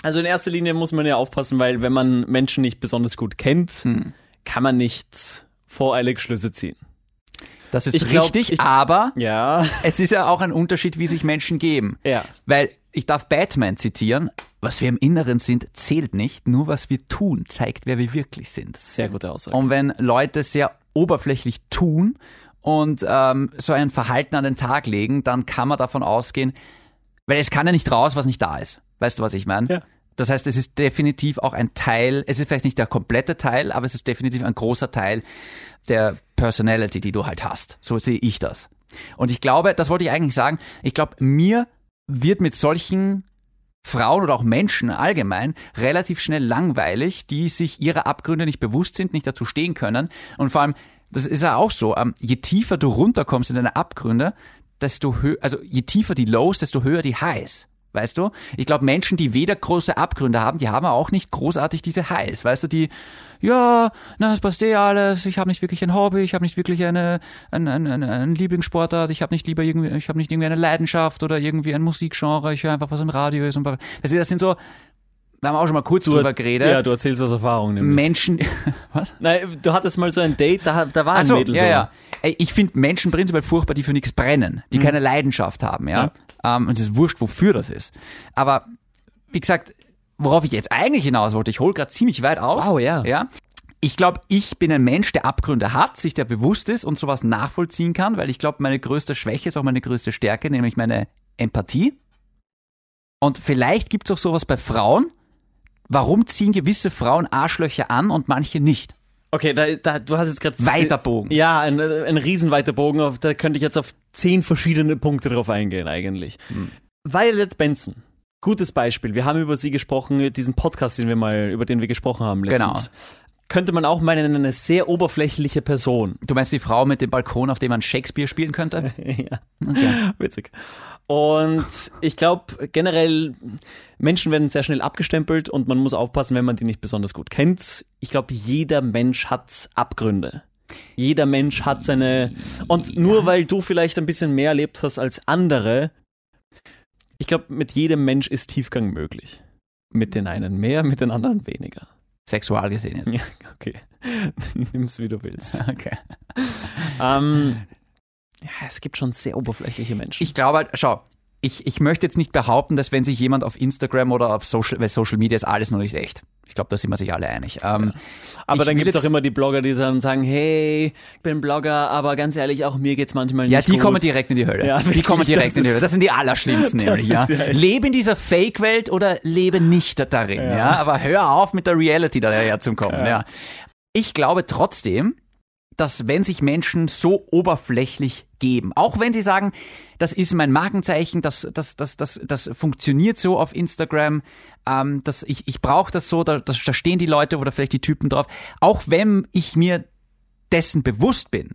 [SPEAKER 1] Also in erster Linie muss man ja aufpassen, weil wenn man Menschen nicht besonders gut kennt,
[SPEAKER 2] Hm.
[SPEAKER 1] kann man nicht voreilig Schlüsse ziehen.
[SPEAKER 2] Das ist
[SPEAKER 1] Ich glaub,
[SPEAKER 2] richtig,
[SPEAKER 1] ich-
[SPEAKER 2] aber
[SPEAKER 1] Ja.
[SPEAKER 2] es ist ja auch ein Unterschied, wie sich Menschen geben.
[SPEAKER 1] Ja.
[SPEAKER 2] Weil ich darf Batman zitieren, was wir im Inneren sind, zählt nicht, nur was wir tun, zeigt, wer wir wirklich sind.
[SPEAKER 1] Sehr gute Aussage.
[SPEAKER 2] Und wenn Leute sehr oberflächlich tun und ähm, so ein Verhalten an den Tag legen, dann kann man davon ausgehen, weil es kann ja nicht raus, was nicht da ist. Weißt du, was ich meine?
[SPEAKER 1] Ja.
[SPEAKER 2] Das heißt, es ist definitiv auch ein Teil, es ist vielleicht nicht der komplette Teil, aber es ist definitiv ein großer Teil der Personality, die du halt hast. So sehe ich das. Und ich glaube, das wollte ich eigentlich sagen, ich glaube, mir wird mit solchen Frauen oder auch Menschen allgemein relativ schnell langweilig, die sich ihrer Abgründe nicht bewusst sind, nicht dazu stehen können. Und vor allem, das ist ja auch so, ähm, je tiefer du runterkommst in deine Abgründe, desto höher, also je tiefer die Lows, desto höher die Highs. Weißt du? Ich glaube, Menschen, die weder große Abgründe haben, die haben auch nicht großartig diese Highs. Weißt du, die, ja, na, es passt eh alles, ich habe nicht wirklich ein Hobby, ich habe nicht wirklich eine, ein, ein, ein, ein Lieblingssportart, ich habe nicht lieber irgendwie, ich habe nicht irgendwie eine Leidenschaft oder irgendwie ein Musikgenre, ich höre einfach, was im Radio ist und bla, bla. Weißt du, das sind so, da haben wir auch schon mal kurz drüber geredet.
[SPEAKER 1] Ja, du erzählst aus Erfahrung nämlich.
[SPEAKER 2] Menschen, [laughs] was?
[SPEAKER 1] Nein, du hattest mal so ein Date, da, da war ein
[SPEAKER 2] Ach so,
[SPEAKER 1] Mädel
[SPEAKER 2] Also, ja,
[SPEAKER 1] so.
[SPEAKER 2] ja. Ey, Ich finde Menschen prinzipiell furchtbar, die für nichts brennen,
[SPEAKER 1] Mhm.
[SPEAKER 2] die keine Leidenschaft haben, ja. Ähm, und es ist wurscht, wofür das ist. Aber wie gesagt, worauf ich jetzt eigentlich hinaus wollte, ich hole gerade ziemlich weit aus.
[SPEAKER 1] Wow, ja.
[SPEAKER 2] ja? Ich glaube, ich bin ein Mensch, der Abgründe hat, sich der bewusst ist und sowas nachvollziehen kann, weil ich glaube, meine größte Schwäche ist auch meine größte Stärke, nämlich meine Empathie. Und vielleicht gibt es auch sowas bei Frauen. Warum ziehen gewisse Frauen Arschlöcher an und manche nicht?
[SPEAKER 1] Okay, da, da, du hast jetzt gerade...
[SPEAKER 2] Weiter Bogen.
[SPEAKER 1] Ja, ein, äh, ein riesenweiter Bogen, auf, da könnte ich jetzt auf zehn verschiedene Punkte drauf eingehen eigentlich. Violet Benson, gutes Beispiel. Wir haben über sie gesprochen, diesen Podcast, den wir mal, über den wir gesprochen haben letztens. Genau. Könnte man auch meinen, eine sehr oberflächliche Person.
[SPEAKER 2] Du meinst die Frau mit dem Balkon, auf dem man Shakespeare spielen könnte?
[SPEAKER 1] ja.
[SPEAKER 2] Okay.
[SPEAKER 1] Witzig. Und ich glaube, generell, Menschen werden sehr schnell abgestempelt und man muss aufpassen, wenn man die nicht besonders gut kennt. Ich glaube, jeder Mensch hat Abgründe. Jeder Mensch hat seine. Und nur weil du vielleicht ein bisschen mehr erlebt hast als andere, ich glaube, mit jedem Mensch ist Tiefgang möglich. Mit den einen mehr, mit den anderen weniger.
[SPEAKER 2] Sexual gesehen jetzt.
[SPEAKER 1] Ja, okay. [laughs] Nimm's, wie du
[SPEAKER 2] [laughs]
[SPEAKER 1] willst.
[SPEAKER 2] Okay.
[SPEAKER 1] ähm, ja, es gibt schon sehr oberflächliche Menschen.
[SPEAKER 2] Ich glaube halt, schau, ich, ich möchte jetzt nicht behaupten, dass wenn sich jemand auf Instagram oder auf Social, weil Social Media ist alles noch nicht echt. Ich glaube, da sind wir sich alle einig. Ähm,
[SPEAKER 1] Aber dann
[SPEAKER 2] Ich will
[SPEAKER 1] gibt es auch
[SPEAKER 2] jetzt-
[SPEAKER 1] immer die Blogger, die dann sagen, hey, ich bin Blogger, aber ganz ehrlich, auch mir geht's manchmal
[SPEAKER 2] Ja,
[SPEAKER 1] nicht
[SPEAKER 2] die
[SPEAKER 1] gut.
[SPEAKER 2] kommen direkt in die Hölle.
[SPEAKER 1] Ja,
[SPEAKER 2] die
[SPEAKER 1] wirklich,
[SPEAKER 2] kommen direkt
[SPEAKER 1] das
[SPEAKER 2] in die
[SPEAKER 1] ist-
[SPEAKER 2] Hölle. Das sind
[SPEAKER 1] [laughs]
[SPEAKER 2] die Allerschlimmsten nämlich.
[SPEAKER 1] ist
[SPEAKER 2] Ja.
[SPEAKER 1] ja echt-
[SPEAKER 2] lebe in dieser Fake-Welt oder lebe nicht darin. Ja. Aber hör auf, mit der Reality daher zu kommen. Ja. Ich glaube trotzdem, dass wenn sich Menschen so oberflächlich geben, auch wenn sie sagen, das ist mein Markenzeichen, das, das, das, das, das funktioniert so auf Instagram, ähm, das, ich, ich brauche das so, da, das, da stehen die Leute oder vielleicht die Typen drauf, auch wenn ich mir dessen bewusst bin,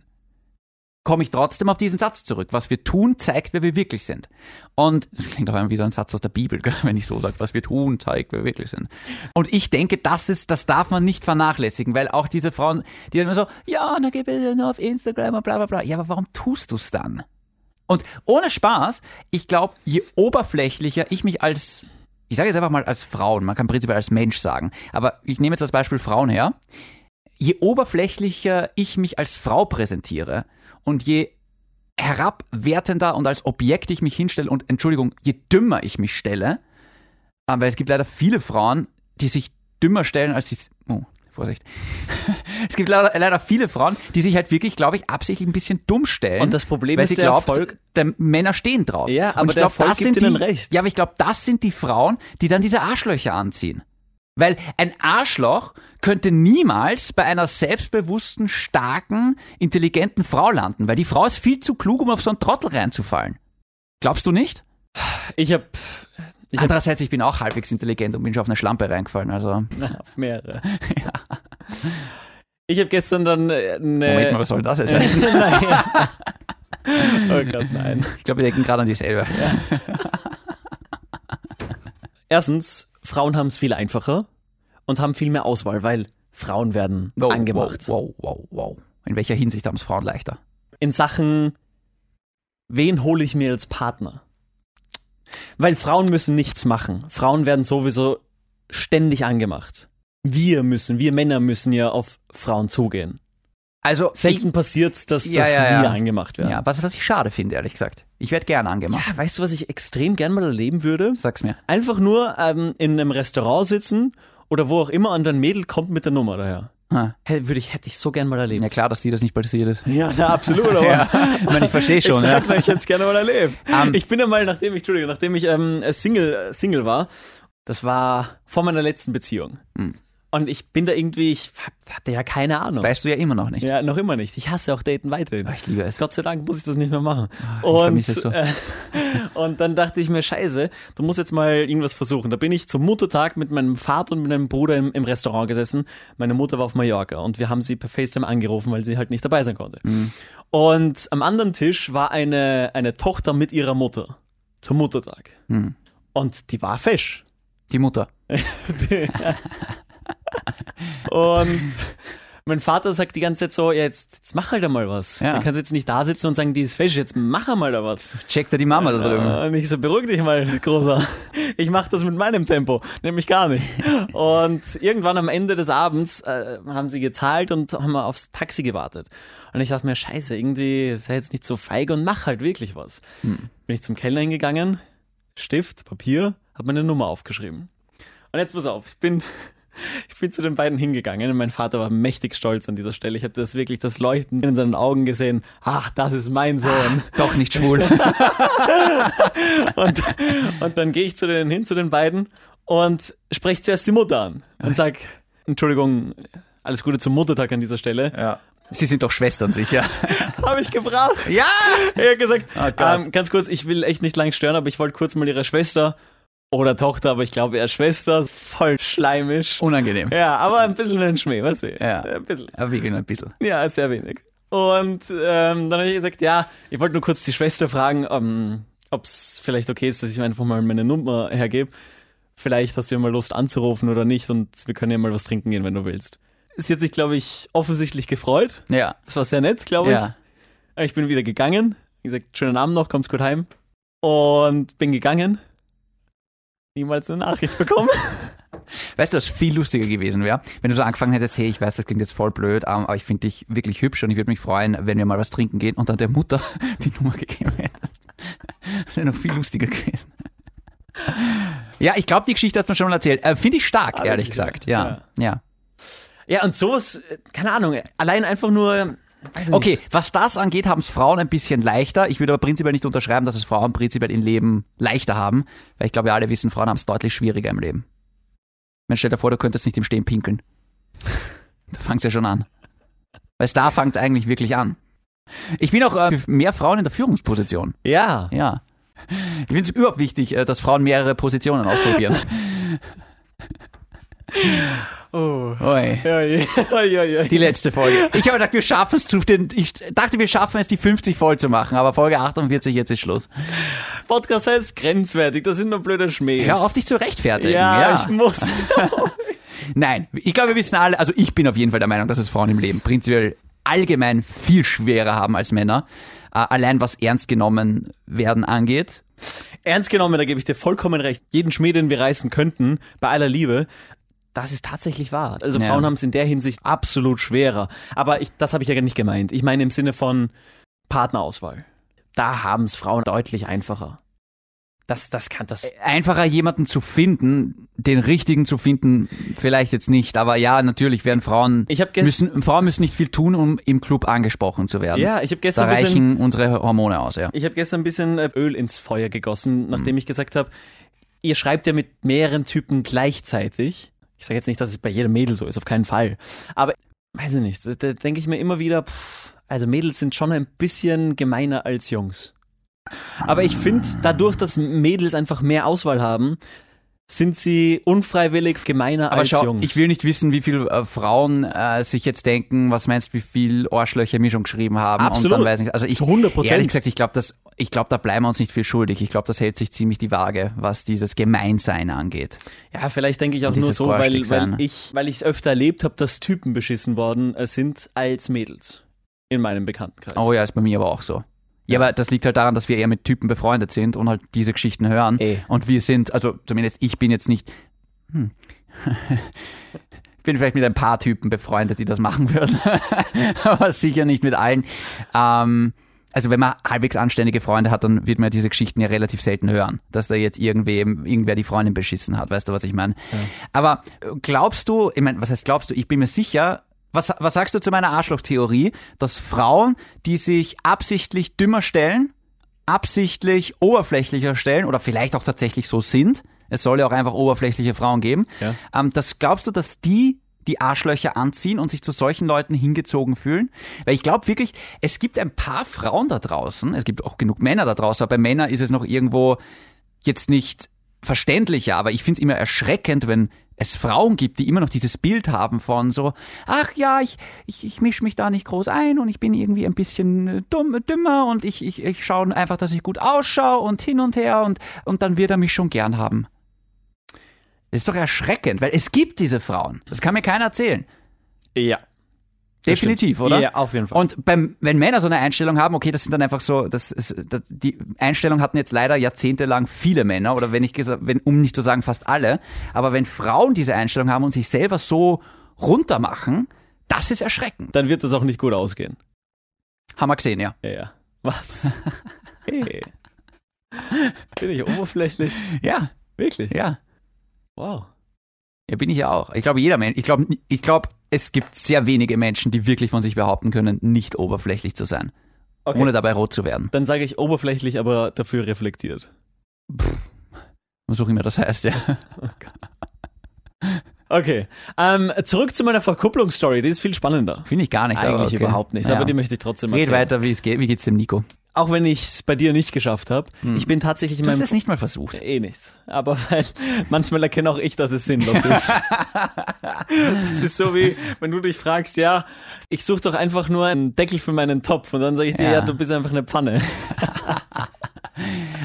[SPEAKER 2] komme ich trotzdem auf diesen Satz zurück. Was wir tun, zeigt, wer wir wirklich sind. Und das klingt auf einmal wie so ein Satz aus der Bibel, [laughs] gell, wenn ich so sage, was wir tun, zeigt, wer wir wirklich sind. Und ich denke, das ist, das darf man nicht vernachlässigen, weil auch diese Frauen, die dann immer so, ja, na geh bitte nur auf Instagram und bla bla bla. Ja, aber warum tust du es dann? Und ohne Spaß, ich glaube, je oberflächlicher ich mich als, ich sage jetzt einfach mal als Frauen, man kann prinzipiell als Mensch sagen, aber ich nehme jetzt das Beispiel Frauen her, je oberflächlicher ich mich als Frau präsentiere und je herabwertender und als Objekt ich mich hinstelle und Entschuldigung, je dümmer ich mich stelle, ähm, weil es gibt leider viele Frauen, die sich dümmer stellen, als sie. s- Oh, Vorsicht. [laughs] es gibt leider, leider viele Frauen, die sich halt wirklich, glaube ich, absichtlich ein bisschen dumm stellen.
[SPEAKER 1] Und das Problem
[SPEAKER 2] weil
[SPEAKER 1] ist,
[SPEAKER 2] sie
[SPEAKER 1] der
[SPEAKER 2] glaubt,
[SPEAKER 1] Erfolg-
[SPEAKER 2] der Männer stehen drauf.
[SPEAKER 1] Ja,
[SPEAKER 2] Und
[SPEAKER 1] aber
[SPEAKER 2] ich
[SPEAKER 1] der
[SPEAKER 2] glaub,
[SPEAKER 1] Erfolg
[SPEAKER 2] das
[SPEAKER 1] gibt
[SPEAKER 2] sind
[SPEAKER 1] ihnen
[SPEAKER 2] die,
[SPEAKER 1] recht.
[SPEAKER 2] Ja, aber ich glaube, das sind die Frauen, die dann diese Arschlöcher anziehen. Weil ein Arschloch könnte niemals bei einer selbstbewussten, starken, intelligenten Frau landen, weil die Frau ist viel zu klug, um auf so einen Trottel reinzufallen. Glaubst du nicht?
[SPEAKER 1] Ich habe Ich hab- [laughs]
[SPEAKER 2] Andererseits, ich bin auch
[SPEAKER 1] [laughs]
[SPEAKER 2] halbwegs intelligent und bin schon auf eine Schlampe reingefallen. Also
[SPEAKER 1] auf mehrere. Ich habe gestern dann äh, eine.
[SPEAKER 2] Moment mal, was
[SPEAKER 1] [laughs]
[SPEAKER 2] soll das jetzt heißen?
[SPEAKER 1] Nein. Oh Gott, nein.
[SPEAKER 2] Ich glaube, wir denken gerade an dieselbe.
[SPEAKER 1] Erstens, Frauen haben es viel einfacher und haben viel mehr Auswahl, weil Frauen werden
[SPEAKER 2] Wow,
[SPEAKER 1] angemacht.
[SPEAKER 2] Wow, wow, wow, wow. In welcher Hinsicht haben es Frauen leichter?
[SPEAKER 1] In Sachen, wen hole ich mir als Partner? Weil Frauen müssen nichts machen. Frauen werden sowieso ständig angemacht. Wir müssen, wir Männer müssen ja auf Frauen zugehen.
[SPEAKER 2] Also,
[SPEAKER 1] Selten passiert es, dass,
[SPEAKER 2] Ja,
[SPEAKER 1] dass
[SPEAKER 2] ja, ja.
[SPEAKER 1] wir angemacht
[SPEAKER 2] ich,
[SPEAKER 1] werden.
[SPEAKER 2] ja, was, was ich schade finde, ehrlich gesagt. Ich werde gern angemacht.
[SPEAKER 1] Ah, Weißt du, was ich extrem gern mal erleben würde?
[SPEAKER 2] Sag's mir.
[SPEAKER 1] Einfach nur ähm, in einem Restaurant sitzen oder wo auch immer und ein Mädel kommt mit der Nummer daher.
[SPEAKER 2] Ha.
[SPEAKER 1] Hä- Würde ich, hätte ich so gern mal
[SPEAKER 2] Ja,
[SPEAKER 1] erlebt.
[SPEAKER 2] klar, dass dir das nicht passiert
[SPEAKER 1] [laughs]
[SPEAKER 2] ist.
[SPEAKER 1] Ja, na, absolut, aber
[SPEAKER 2] [laughs] Ja, ich meine,
[SPEAKER 1] [laughs]
[SPEAKER 2] ich verstehe
[SPEAKER 1] ich
[SPEAKER 2] schon. ja.
[SPEAKER 1] sag, mal, ich hätte es gerne mal erlebt.
[SPEAKER 2] Ähm.
[SPEAKER 1] ich bin einmal, nachdem ich, Entschuldigung, nachdem ich ähm, äh, Single, äh, Single war, das war vor meiner letzten Beziehung.
[SPEAKER 2] Hm.
[SPEAKER 1] Und ich bin da irgendwie, ich hatte ja keine Ahnung.
[SPEAKER 2] Weißt du ja immer noch nicht.
[SPEAKER 1] ja, noch immer nicht. Ich hasse auch Daten weiterhin.
[SPEAKER 2] Ah, Ich liebe es.
[SPEAKER 1] Gott sei Dank muss ich das nicht mehr machen. und,
[SPEAKER 2] Ah, vermisse es so.
[SPEAKER 1] äh, [laughs] und dann dachte ich mir, scheiße, du musst jetzt mal irgendwas versuchen. Da bin ich zum Muttertag mit meinem Vater und mit meinem Bruder im, im Restaurant gesessen. Meine Mutter war auf Mallorca und wir haben sie per FaceTime angerufen, weil sie halt nicht dabei sein konnte.
[SPEAKER 2] Mhm.
[SPEAKER 1] Und am anderen Tisch war eine, eine Tochter mit ihrer Mutter zum Muttertag.
[SPEAKER 2] Hm.
[SPEAKER 1] Und die war fesch.
[SPEAKER 2] Die Mutter. [laughs]
[SPEAKER 1] Und mein Vater sagt die ganze Zeit so, ja, jetzt, jetzt mach halt einmal was.
[SPEAKER 2] Ja.
[SPEAKER 1] Du kannst jetzt nicht da sitzen und sagen, die ist fesch, jetzt mach einmal da was.
[SPEAKER 2] Checkt da die Mama da drüben.
[SPEAKER 1] Und ich Ah, so, beruhig dich mal, Großer. Ich mache das mit meinem Tempo, nämlich gar nicht. Und irgendwann am Ende des Abends äh, haben sie gezahlt und haben aufs Taxi gewartet. Und ich dachte mir, scheiße, irgendwie sei jetzt nicht so feige und mach halt wirklich was. Bin ich zum Kellner hingegangen, Stift, Papier, habe meine Nummer aufgeschrieben. Und jetzt pass auf, ich bin, [laughs] ich bin zu den beiden hingegangen und mein Vater war mächtig stolz an dieser Stelle. Ich habe das wirklich, das Leuchten in seinen Augen gesehen. Ach, das ist mein Sohn.
[SPEAKER 2] Doch
[SPEAKER 1] [laughs]
[SPEAKER 2] nicht schwul.
[SPEAKER 1] Und, und dann gehe ich zu denen hin, zu den beiden und spreche zuerst die Mutter an und sag, Entschuldigung, alles Gute zum Muttertag an dieser Stelle.
[SPEAKER 2] Sie sind doch Schwestern sicher.
[SPEAKER 1] Habe ich gebracht.
[SPEAKER 2] Ja!
[SPEAKER 1] Er hat gesagt,
[SPEAKER 2] Ah, Gott.
[SPEAKER 1] ähm, ganz kurz, ich will echt nicht lang stören, aber ich wollte kurz mal ihre Schwester oder Tochter, aber ich glaube eher Schwester, voll schleimisch.
[SPEAKER 2] Unangenehm.
[SPEAKER 1] Ja, aber ein bisschen ein Schmäh, weißt du?
[SPEAKER 2] Ja.
[SPEAKER 1] Ein bisschen.
[SPEAKER 2] Aber wirklich nur ein bisschen.
[SPEAKER 1] Ja, sehr wenig. Und ähm, dann habe ich gesagt, ja, ich wollte nur kurz die Schwester fragen, ähm, ob es vielleicht okay ist, dass ich einfach mal meine Nummer hergebe. Vielleicht hast du ja mal Lust anzurufen oder nicht und wir können ja mal was trinken gehen, wenn du willst. Sie hat sich, glaube ich, offensichtlich gefreut.
[SPEAKER 2] Ja.
[SPEAKER 1] Das war sehr nett, glaube ich.
[SPEAKER 2] ja.
[SPEAKER 1] Ich bin wieder gegangen. Wie gesagt, schönen Abend noch, komm's gut heim. Und bin gegangen. Niemals eine Nachricht bekommen.
[SPEAKER 2] Weißt du, was viel lustiger gewesen wäre, wenn du so angefangen hättest, hey, ich weiß, das klingt jetzt voll blöd, ähm, aber ich finde dich wirklich hübsch und ich würde mich freuen, wenn wir mal was trinken gehen und dann der Mutter [laughs] die Nummer gegeben hättest. Das wäre noch viel lustiger gewesen. Ja, ich glaube, die Geschichte hat man schon mal erzählt. Äh, finde ich stark,
[SPEAKER 1] Hab
[SPEAKER 2] ehrlich
[SPEAKER 1] ich gesagt,
[SPEAKER 2] gesagt. Ja, ja.
[SPEAKER 1] [laughs] Ja, und sowas, äh, keine Ahnung, allein einfach nur. weiß ich
[SPEAKER 2] Okay, was das angeht, haben es Frauen ein bisschen leichter. Ich würde aber prinzipiell nicht unterschreiben, dass es Frauen prinzipiell im Leben leichter haben, weil ich glaube, wir alle wissen, Frauen haben es deutlich schwieriger im Leben. Man stellt dir vor, du könntest nicht im Stehen pinkeln. [laughs] Da fängt ja schon an. Weil da fängt es eigentlich wirklich an. Ich bin auch äh, für mehr Frauen in der Führungsposition.
[SPEAKER 1] nicht. Ja.
[SPEAKER 2] Ja. Ich finde es überhaupt wichtig, äh, dass Frauen mehrere Positionen ausprobieren.
[SPEAKER 1] Oh.
[SPEAKER 2] Oi.
[SPEAKER 1] Ja, ja, ja, ja.
[SPEAKER 2] Die letzte Folge. Ich habe gedacht, wir schaffen es zu den, ich dachte, wir schaffen es, die 50 voll zu machen, aber Folge 48, jetzt ist Schluss.
[SPEAKER 1] Podcast heißt grenzwertig, das sind nur blöde Schmähs.
[SPEAKER 2] Hör auf, dich zu rechtfertigen.
[SPEAKER 1] ja,
[SPEAKER 2] Ja,
[SPEAKER 1] ich muss.
[SPEAKER 2] Nein, ich glaube, wir wissen alle, also ich bin auf jeden Fall der Meinung, dass es Frauen im Leben prinzipiell allgemein viel schwerer haben als Männer. Äh, allein was ernst genommen werden angeht.
[SPEAKER 1] [laughs] Ernst genommen, da gebe ich dir vollkommen recht. Jeden Schmäh, den wir reißen könnten, bei aller Liebe, das ist tatsächlich wahr. Also
[SPEAKER 2] Ja.
[SPEAKER 1] Frauen haben es in der Hinsicht absolut schwerer. Aber ich, das habe ich ja nicht gemeint. Ich meine im Sinne von Partnerauswahl. Da haben es Frauen deutlich einfacher. Das, das kann das.
[SPEAKER 2] Einfacher jemanden zu finden, den richtigen zu finden, vielleicht jetzt nicht, aber ja, natürlich werden Frauen,
[SPEAKER 1] Ich habe gestern.
[SPEAKER 2] müssen, Frauen müssen nicht viel tun, um im Club angesprochen zu werden.
[SPEAKER 1] Ja, ich habe
[SPEAKER 2] Da
[SPEAKER 1] gestern ein bisschen.
[SPEAKER 2] reichen unsere Hormone aus, ja. Mhm.
[SPEAKER 1] Ich habe gestern ein bisschen äh, Öl ins Feuer gegossen, nachdem ich gesagt habe, ihr schreibt ja mit mehreren Typen gleichzeitig. Ich sage jetzt nicht, dass es bei jedem Mädel so ist, auf keinen Fall. Aber weiß ich nicht, da, da denke ich mir immer wieder, pff, also Mädels sind schon ein bisschen gemeiner als Jungs. Aber ich finde, dadurch, dass Mädels einfach mehr Auswahl haben, sind sie unfreiwillig gemeiner
[SPEAKER 2] Aber
[SPEAKER 1] als
[SPEAKER 2] schau,
[SPEAKER 1] Jungs.
[SPEAKER 2] ich will nicht wissen, wie viele äh, Frauen äh, sich jetzt denken, was meinst du, wie viel Arschlöcher mir schon geschrieben haben.
[SPEAKER 1] Absolut.
[SPEAKER 2] Und dann weiß ich, also ich,
[SPEAKER 1] Zu 100%.
[SPEAKER 2] Ehrlich gesagt, ich glaube, ich glaub, da bleiben wir uns nicht viel schuldig. Ich glaube, das hält sich ziemlich die Waage, was dieses Gemeinsein angeht.
[SPEAKER 1] Ja, vielleicht denke ich auch
[SPEAKER 2] Und
[SPEAKER 1] nur
[SPEAKER 2] dieses
[SPEAKER 1] so, weil,
[SPEAKER 2] Gorstig
[SPEAKER 1] weil
[SPEAKER 2] sein.
[SPEAKER 1] ich weil ich es öfter erlebt habe, dass Typen beschissen worden äh, sind als Mädels in meinem Bekanntenkreis.
[SPEAKER 2] Oh ja, ist bei mir aber auch so. Ja, aber das liegt halt daran, dass wir eher mit Typen befreundet sind und halt diese Geschichten hören.
[SPEAKER 1] Eh.
[SPEAKER 2] Und wir sind, also zumindest ich bin jetzt nicht. Hm. [laughs] Ich bin vielleicht mit ein paar Typen befreundet, die das machen würden. [laughs] aber sicher nicht mit allen. Ähm, also wenn man halbwegs anständige Freunde hat, dann wird man diese Geschichten ja relativ selten hören, dass da jetzt irgendwem, irgendwer die Freundin beschissen hat, weißt du, was ich meine? Aber äh, glaubst du, ich meine, was heißt glaubst du, ich bin mir sicher, was, was sagst du zu meiner Arschlochtheorie, dass Frauen, die sich absichtlich dümmer stellen, absichtlich oberflächlicher stellen oder vielleicht auch tatsächlich so sind, es soll ja auch einfach oberflächliche Frauen geben,
[SPEAKER 1] Ja.
[SPEAKER 2] ähm, das glaubst du, dass die die Arschlöcher anziehen und sich zu solchen Leuten hingezogen fühlen? Weil ich glaube wirklich, es gibt ein paar Frauen da draußen, es gibt auch genug Männer da draußen, aber bei Männern ist es noch irgendwo jetzt nicht verständlicher, aber ich finde es immer erschreckend, wenn es Frauen gibt, die immer noch dieses Bild haben von so, ach ja, ich, ich, ich mische mich da nicht groß ein und ich bin irgendwie ein bisschen äh, dumm, dümmer und ich, ich, ich schaue einfach, dass ich gut ausschaue und hin und her und, und dann wird er mich schon gern haben. Das ist doch erschreckend, weil es gibt diese Frauen. Das kann mir keiner erzählen.
[SPEAKER 1] ja. Das
[SPEAKER 2] Definitiv,
[SPEAKER 1] stimmt.
[SPEAKER 2] oder?
[SPEAKER 1] Ja, auf jeden Fall.
[SPEAKER 2] Und beim, wenn Männer so eine Einstellung haben, okay, das sind dann einfach so, das ist, das, die Einstellung hatten jetzt leider jahrzehntelang viele Männer, oder wenn ich gesagt, wenn, um nicht zu sagen fast alle, aber wenn Frauen diese Einstellung haben und sich selber so runtermachen, das ist erschreckend.
[SPEAKER 1] dann wird das auch nicht gut ausgehen.
[SPEAKER 2] Haben wir gesehen, ja.
[SPEAKER 1] Ja, ja.
[SPEAKER 2] [laughs]
[SPEAKER 1] Was? hey. Bin ich oberflächlich?
[SPEAKER 2] Ja,
[SPEAKER 1] Wirklich?
[SPEAKER 2] ja.
[SPEAKER 1] Wow.
[SPEAKER 2] Ja, bin ich ja auch. Ich glaube, jeder Mensch, ich glaube, ich glaube, es gibt sehr wenige Menschen, die wirklich von sich behaupten können, nicht oberflächlich zu sein,
[SPEAKER 1] Okay.
[SPEAKER 2] ohne dabei rot zu werden.
[SPEAKER 1] Dann sage ich oberflächlich, aber dafür reflektiert.
[SPEAKER 2] Was auch immer das heißt, ja.
[SPEAKER 1] Okay. Ähm, zurück zu meiner Verkupplungsstory. Die ist viel spannender.
[SPEAKER 2] Finde ich gar nicht. aber
[SPEAKER 1] Eigentlich
[SPEAKER 2] okay.
[SPEAKER 1] überhaupt nicht,
[SPEAKER 2] Ja.
[SPEAKER 1] aber die möchte ich trotzdem
[SPEAKER 2] Red
[SPEAKER 1] erzählen.
[SPEAKER 2] weiter, wie es geht. Wie geht's dem Nico?
[SPEAKER 1] Auch wenn ich es bei dir nicht geschafft habe.
[SPEAKER 2] Hm.
[SPEAKER 1] Ich bin tatsächlich in
[SPEAKER 2] Du hast
[SPEAKER 1] meinem
[SPEAKER 2] es nicht mal versucht.
[SPEAKER 1] Eh nicht. Aber weil manchmal erkenne auch ich, dass es sinnlos ist. [laughs] das ist so wie, wenn du dich fragst, ja, ich suche doch einfach nur einen Deckel für meinen Topf und dann sage ich dir, ja.
[SPEAKER 2] Ja.
[SPEAKER 1] du bist einfach eine Pfanne.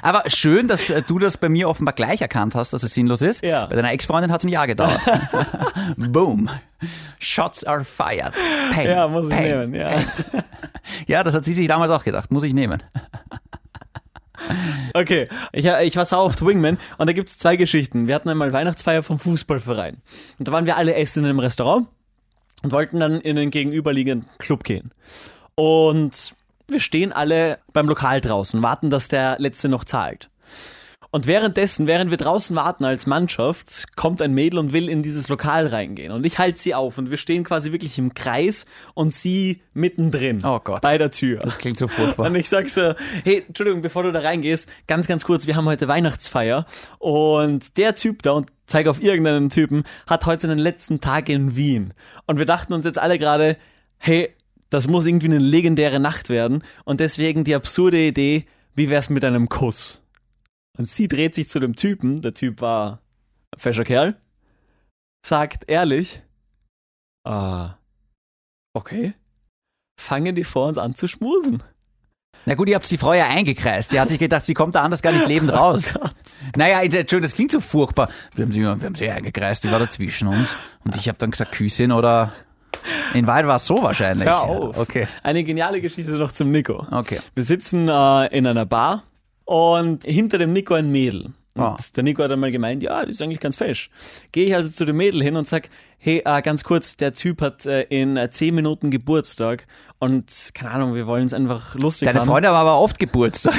[SPEAKER 2] Aber schön, dass äh, du das bei mir offenbar gleich erkannt hast, dass es sinnlos ist.
[SPEAKER 1] Ja.
[SPEAKER 2] Bei deiner Ex-Freundin hat es ein Jahr gedauert. Boom. Shots are fired. Peng,
[SPEAKER 1] Ja, muss ich
[SPEAKER 2] peng.
[SPEAKER 1] nehmen, ja.
[SPEAKER 2] Ja, das hat sie sich damals auch gedacht. Muss ich nehmen.
[SPEAKER 1] Okay, ich, äh, ich war sauer auf Twingman und da gibt es zwei Geschichten. Wir hatten einmal Weihnachtsfeier vom Fußballverein und da waren wir alle essen in einem Restaurant und wollten dann in den gegenüberliegenden Club gehen. Und wir stehen alle beim Lokal draußen, warten, dass der Letzte noch zahlt. Und währenddessen, während wir draußen warten als Mannschaft, kommt ein Mädel und will in dieses Lokal reingehen. Und ich halte sie auf und wir stehen quasi wirklich im Kreis und sie mittendrin.
[SPEAKER 2] Oh Gott.
[SPEAKER 1] Bei der Tür.
[SPEAKER 2] Das klingt so furchtbar.
[SPEAKER 1] Und ich sag so, hey, Entschuldigung, bevor du da reingehst, ganz, ganz kurz, wir haben heute Weihnachtsfeier und der Typ da, und zeige auf irgendeinen Typen, hat heute seinen letzten Tag in Wien. Und wir dachten uns jetzt alle gerade, hey, das muss irgendwie eine legendäre Nacht werden und deswegen die absurde Idee, wie wär's mit einem Kuss? Und sie dreht sich zu dem Typen, der Typ war ein fescher Kerl, sagt ehrlich, ah, okay, fangen die vor uns an zu schmusen.
[SPEAKER 2] [laughs] Na gut, ihr habt die Frau ja eingekreist. Die hat sich gedacht, sie kommt da anders gar nicht lebend raus. Naja, Entschuldigung, das klingt so furchtbar. Wir haben sie, wir haben sie eingekreist, die war dazwischen uns. Und ich habe dann gesagt, Küsschen oder... In Wahrheit war es so wahrscheinlich.
[SPEAKER 1] Hör auf.
[SPEAKER 2] Okay.
[SPEAKER 1] Eine geniale Geschichte noch zum Nico.
[SPEAKER 2] Okay.
[SPEAKER 1] Wir sitzen äh, in einer Bar und hinter dem Nico ein Mädel. Und
[SPEAKER 2] Ah.
[SPEAKER 1] der Nico hat einmal gemeint, ja, das ist eigentlich ganz fesch. Gehe ich also zu dem Mädel hin und sag, hey, äh, ganz kurz, der Typ hat äh, in äh, 10 Minuten Geburtstag und keine Ahnung, wir wollen es einfach lustig
[SPEAKER 2] Deine
[SPEAKER 1] haben.
[SPEAKER 2] Freunde haben aber oft Geburtstag.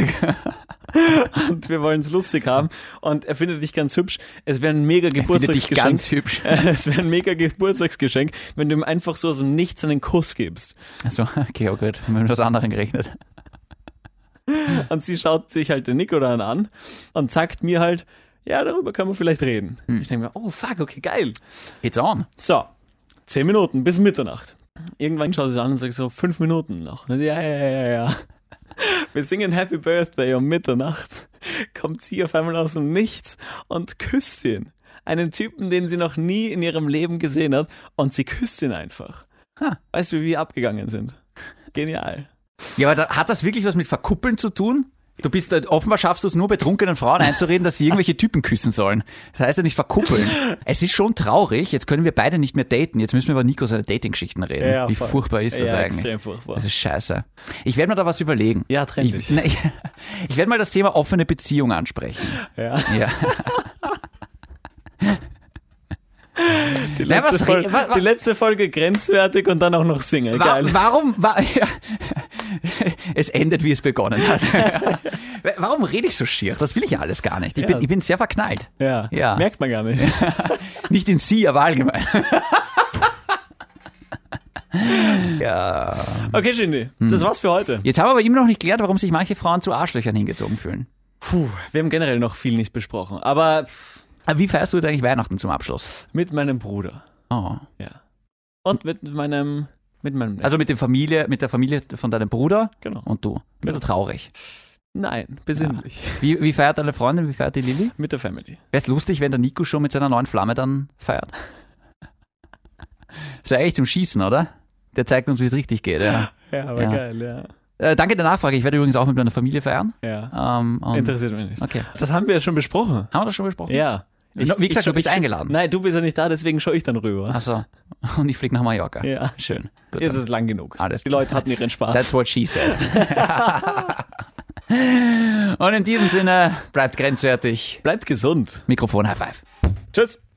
[SPEAKER 1] Und wir wollen es lustig haben und er findet dich ganz hübsch. Es wäre ein mega
[SPEAKER 2] Finde dich
[SPEAKER 1] Geburtstagsgeschenk.
[SPEAKER 2] ganz hübsch.
[SPEAKER 1] [laughs] es wäre ein mega Geburtstagsgeschenk, wenn du ihm einfach so aus dem Nichts einen Kuss gibst.
[SPEAKER 2] Achso, okay, oh gut. Wir haben mit was anderem gerechnet.
[SPEAKER 1] Und sie schaut sich halt den Nico dann an und sagt mir halt, ja, darüber können wir vielleicht reden.
[SPEAKER 2] Hm.
[SPEAKER 1] Ich denke mir, oh fuck, okay, geil.
[SPEAKER 2] It's on.
[SPEAKER 1] So, zehn Minuten bis Mitternacht. Irgendwann schaut sie sich an und sagt so, fünf Minuten noch. Und sie, ja, ja, ja, ja, ja. Wir singen Happy Birthday um Mitternacht. kommt sie auf einmal aus dem Nichts und küsst ihn. Einen Typen, den sie noch nie in ihrem Leben gesehen hat und sie küsst ihn einfach.
[SPEAKER 2] Ha.
[SPEAKER 1] Weißt du, wie wir abgegangen sind? Genial.
[SPEAKER 2] Ja, aber da, hat das wirklich was mit Verkuppeln zu tun? Du bist da- offenbar schaffst du es nur betrunkenen Frauen einzureden, dass sie irgendwelche Typen küssen sollen. Das heißt ja nicht verkuppeln. Es ist schon traurig. Jetzt können wir beide nicht mehr daten. Jetzt müssen wir über Nico seine Dating-Geschichten reden.
[SPEAKER 1] Ja,
[SPEAKER 2] Wie
[SPEAKER 1] voll.
[SPEAKER 2] furchtbar ist das
[SPEAKER 1] ja,
[SPEAKER 2] eigentlich? Also
[SPEAKER 1] Extrem furchtbar.
[SPEAKER 2] Das ist scheiße. Ich werde mir da was überlegen.
[SPEAKER 1] Ja, trenn
[SPEAKER 2] ich,
[SPEAKER 1] dich.
[SPEAKER 2] [laughs] na, ich, ich werde mal das Thema offene Beziehung ansprechen.
[SPEAKER 1] ja.
[SPEAKER 2] Ja.
[SPEAKER 1] Die,
[SPEAKER 2] Na,
[SPEAKER 1] letzte
[SPEAKER 2] was re-
[SPEAKER 1] Folge,
[SPEAKER 2] wa- wa-
[SPEAKER 1] die letzte Folge grenzwertig und dann auch noch Single.
[SPEAKER 2] Wa-
[SPEAKER 1] Geil.
[SPEAKER 2] Warum? Wa [laughs] ja. Es endet, wie es begonnen hat. [laughs] Wa- Warum rede ich so schier? Das will ich ja alles gar nicht. Ich, bin, ich bin sehr verknallt.
[SPEAKER 1] Ja.
[SPEAKER 2] Ja.
[SPEAKER 1] merkt man gar nicht.
[SPEAKER 2] Nicht in Sie, aber allgemein. ja.
[SPEAKER 1] Okay, Shindy,
[SPEAKER 2] Hm.
[SPEAKER 1] das war's für heute.
[SPEAKER 2] Jetzt haben wir aber immer noch nicht geklärt, warum sich manche Frauen zu Arschlöchern hingezogen fühlen.
[SPEAKER 1] Puh, wir haben generell noch viel nicht besprochen, aber
[SPEAKER 2] Aber wie feierst du jetzt eigentlich Weihnachten zum Abschluss?
[SPEAKER 1] mit meinem Bruder,
[SPEAKER 2] Oh.
[SPEAKER 1] ja. Und mit meinem, mit meinem,
[SPEAKER 2] Also mit, dem Familie, mit der Familie von deinem Bruder
[SPEAKER 1] genau.
[SPEAKER 2] und du. Ein bisschen traurig.
[SPEAKER 1] Nein, besinnlich.
[SPEAKER 2] Wie, wie feiert deine Freundin? Wie feiert die Lilly?
[SPEAKER 1] Mit der Family.
[SPEAKER 2] Wäre es lustig, wenn der Nico schon mit seiner neuen Flamme dann feiert. [laughs] Ist ja eigentlich zum Schießen, oder? Der zeigt uns, wie es richtig geht. Ja.
[SPEAKER 1] Ja, aber
[SPEAKER 2] Ja.
[SPEAKER 1] geil, ja.
[SPEAKER 2] Äh, danke der Nachfrage. Ich werde übrigens auch mit meiner Familie feiern.
[SPEAKER 1] ja.
[SPEAKER 2] Ähm, und-
[SPEAKER 1] Interessiert mich nicht.
[SPEAKER 2] okay.
[SPEAKER 1] Das haben wir ja schon besprochen.
[SPEAKER 2] Haben wir das schon besprochen?
[SPEAKER 1] Ja.
[SPEAKER 2] No, wie gesagt, du bist
[SPEAKER 1] ich-
[SPEAKER 2] eingeladen.
[SPEAKER 1] Nein, du bist ja nicht da, deswegen schaue ich dann rüber.
[SPEAKER 2] Achso. [laughs] Und ich fliege nach Mallorca.
[SPEAKER 1] Ja.
[SPEAKER 2] Schön. Gut,
[SPEAKER 1] Jetzt
[SPEAKER 2] dann.
[SPEAKER 1] ist es lang genug.
[SPEAKER 2] Alles
[SPEAKER 1] Die
[SPEAKER 2] klar.
[SPEAKER 1] Leute hatten ihren Spaß.
[SPEAKER 2] That's what
[SPEAKER 1] [laughs]
[SPEAKER 2] she said. [laughs] Und in diesem Sinne, bleibt grenzwertig.
[SPEAKER 1] Bleibt gesund.
[SPEAKER 2] Mikrofon High Five.
[SPEAKER 1] Tschüss.